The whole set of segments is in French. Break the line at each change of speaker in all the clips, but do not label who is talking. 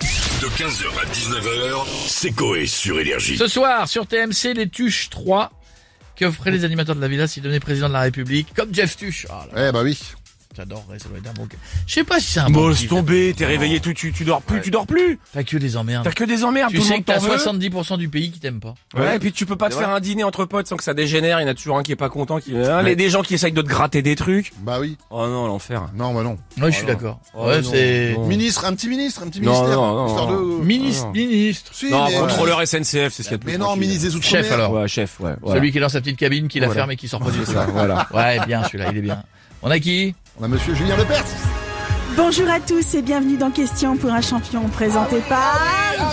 De 15h à 19h, c'est Coé sur Énergie.
Ce soir, sur TMC, les Tuches 3. Que offraient les animateurs de la villa s'ils devenaient président de la République Comme Jeff Tuche. Ah là,
Eh bah oui.
J'adorerais, ça doit être un bon kiff. Je sais pas si c'est un Ah bon
Bon,
kiff. hein.
laisse tomber, t'es réveillé tout, tu, tu dors plus, tu dors plus.
T'as que des emmerdes.
T'as que des emmerdes,
Tu
tout le
sais
monde
que t'as
t'en veut.
70% du pays qui t'aime pas.
Ouais, et puis tu peux pas te faire un dîner entre potes sans que ça dégénère, il y en a toujours un qui est pas content, qui, hein, les, des gens qui essayent de te gratter des trucs.
Bah oui.
Oh non, l'enfer.
Non, bah non.
Ouais, je suis
non.
d'accord.
Oh Ah.
ouais,
non,
c'est...
non.
Ministre, un petit ministre, un petit
Non,
ministère.
non, non,
histoire
non.
de-
Ministre,
non.
ministre.
Si,
Non,
mais- euh,
contrôleur SNCF, c'est ce qu'il y a de plus
Mais non,
tranquille.
ministre des Outre-mer.
Chef alors.
Ouais, chef, ouais. voilà.
Celui qui est dans sa petite cabine, qui la
Voilà.
ferme et qui sort pas du
C'est
tout.
ça, voilà.
Ouais, bien celui-là, il est bien. On a qui
On a monsieur Julien Lepers.
Bonjour à tous et bienvenue dans Question pour un champion présenté par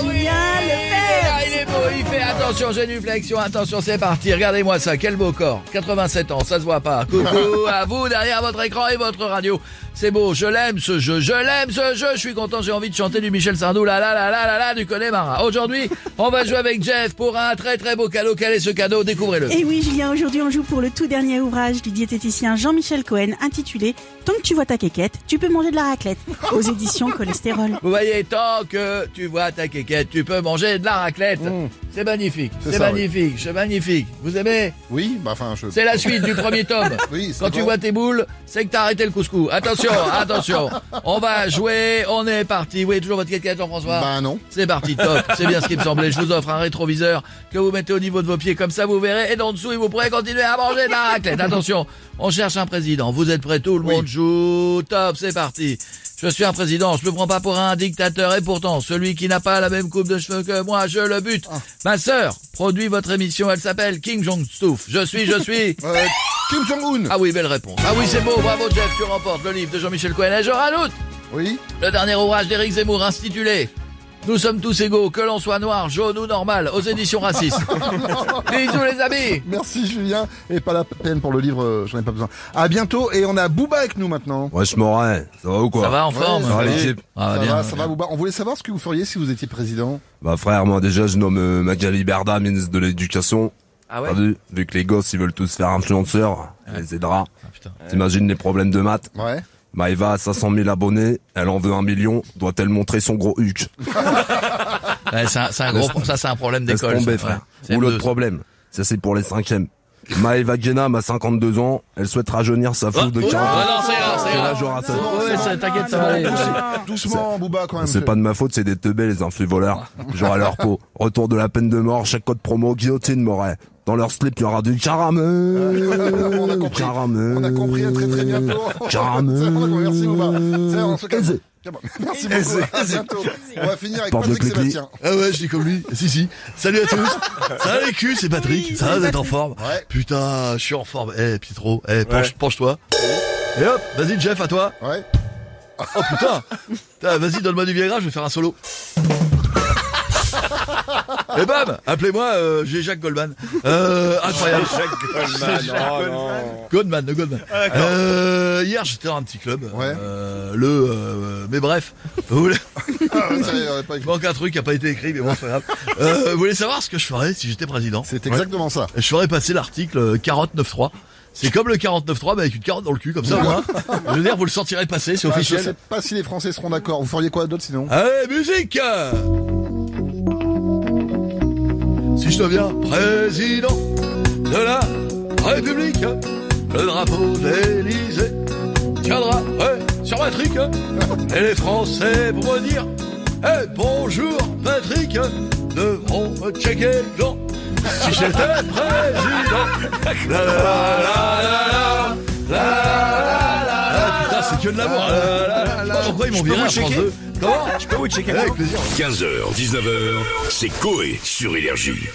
Julien Lepers.
Ah, il est beau, il fait attention, génuflexion, attention, c'est parti. Regardez-moi ça, quel beau corps. 87 ans, ça se voit pas. Coucou à vous derrière votre écran et votre radio. C'est beau, je l'aime ce jeu, je l'aime ce jeu. Je suis content, j'ai envie de chanter du Michel Sardou, la la la la la la, du Connemara. Aujourd'hui, on va jouer avec Jeff pour un très très beau cadeau. Quel est ce cadeau Découvrez-le.
Et oui Julien, aujourd'hui on joue pour le tout dernier ouvrage du diététicien Jean-Michel Cohen intitulé Tant que tu vois ta quéquette, tu peux manger de la raclette aux éditions Cholestérol.
Vous voyez, tant que tu vois ta quéquette, tu peux manger de la raclette.
Mm.
C'est magnifique,
C'est
c'est
ça,
magnifique, c'est magnifique. Vous aimez
Oui, bah enfin, je.
C'est la suite du premier tome.
Oui, c'est
Quand tu
bon.
vois tes boules, c'est que t'as arrêté le couscous. Attention, attention. On va jouer, on est parti. Vous voyez toujours votre quéquette, Jean-François
Bah non.
C'est parti, top. C'est bien ce qui me semblait. Je vous offre un rétroviseur que vous mettez au niveau de vos pieds. Comme ça, vous verrez. Et d'en dessous, et vous pourrez continuer à manger de la raclette. Attention, on cherche un président. Vous êtes prêts Tout le
Oui.
monde joue. Top, c'est parti. Je suis un président. Je me prends pas pour un dictateur. Et pourtant, celui qui n'a pas la même coupe de cheveux que moi, je le bute. Ma sœur produit votre émission. Elle s'appelle Kim Jong-Stoof. Je suis, je suis.
Euh, Kim Jong-un.
Ah oui, belle réponse. Ah oui, c'est beau. Bravo, Jeff. Tu remportes le livre de Jean-Michel Cohen. Et je rajoute
Oui.
le dernier ouvrage d'Éric Zemmour intitulé Nous sommes tous égaux, que l'on soit noir, jaune ou normal, aux éditions racistes. Bisous les amis
Merci Julien. Et pas la peine pour le livre, euh, j'en ai pas besoin. À bientôt. Et on a Booba avec nous maintenant.
Wesh Morin, ça va ou quoi
Ça va en
Ouais,
forme
ça va.
Allez,
Ah,
ça
bien,
va, ça va, Booba. On voulait savoir ce que vous feriez si vous étiez président.
Bah frère, moi déjà je nomme euh, Magali Berda ministre de l'éducation.
Ah ouais
T'as vu Vu que les gosses ils veulent tous faire influenceurs, les aidera.
Ah, putain.
T'imagines les problèmes de maths
Ouais.
Maëva a 500 000 abonnés, elle en veut un million, doit-elle montrer son gros huc
Ouais, c'est un, c'est un gros, ça c'est un problème
Laisse
d'école.
tomber
ça,
frère.
ouais.
Ou l'autre
CM2.
problème, ça c'est pour les cinquièmes. Maëva Guénam a 52 ans, elle souhaite rajeunir sa
Ah,
foule de
oh, ah,
40
non, c'est là, c'est
Et
là.
là, j'aurai ça.
Ouais, ça, t'inquiète, ça va
Ah,
aller.
Doucement, Booba quand même.
C'est pas de ma faute, c'est des teubés les influx voleurs. Genre à leur peau. Retour de la peine de mort, chaque code promo, guillotine, Moret. Dans leur slip, il y aura du
On a
caramel.
compris.
Caramel.
On a compris à très très bientôt.
Caramel.
C'est bon, d'accord, Merci Booba. C'est bon, on se calme.
Aisé.
Merci beaucoup. À bientôt. On va finir avec
Porte de
Patrick
Clichy.
Sébastien.
Ah ouais, je dis comme lui. Si, si. Salut à tous. Ça va les culs, c'est Patrick.
Oui,
ça va,
salut,
vous êtes en
Patrick.
forme
Ouais.
Putain, je suis en forme. Eh, Pietro, eh, penche- penche-toi. Et hop, vas-y, Jeff, à toi.
Ouais.
Oh putain. Putain, vas-y, donne-moi du Viagra, je vais faire un solo. Et bam Eh Appelez-moi, euh, j'ai Jacques Goldman. Euh, incroyable. Goldman, le Goldman. Euh, hier, j'étais dans un petit club.
Ouais.
Euh, le... euh, mais bref, vous voulez...
Ah, ouais, ça, on avait pas
Je
écrit.
manque un truc qui n'a pas été écrit, mais bon, c'est pas grave. Euh, vous voulez savoir ce que je ferais si j'étais président
C'est exactement ça.
Je ferais passer l'article euh, 49.3. C'est comme le 49.3, mais avec une carotte dans le cul, comme ça, au moins. Je veux dire, vous le sentirez passer, c'est
Ah, je sais
officiel.
pas si les Français seront d'accord. Vous feriez quoi d'autre sinon
Allez, musique Si je deviens président de la République, le drapeau d'Élysée tiendra ouais, sur Patrick. Et les Français pour me dire Eh, bonjour Patrick devront me checker le gland. Si j'étais président La la la la la la la la la la la. Putain, c'est que de l'amour Pourquoi ils m'ont viré à France 2 Comment
Je peux vous checker
Avec plaisir
15h, 19h, c'est Coé sur Énergie.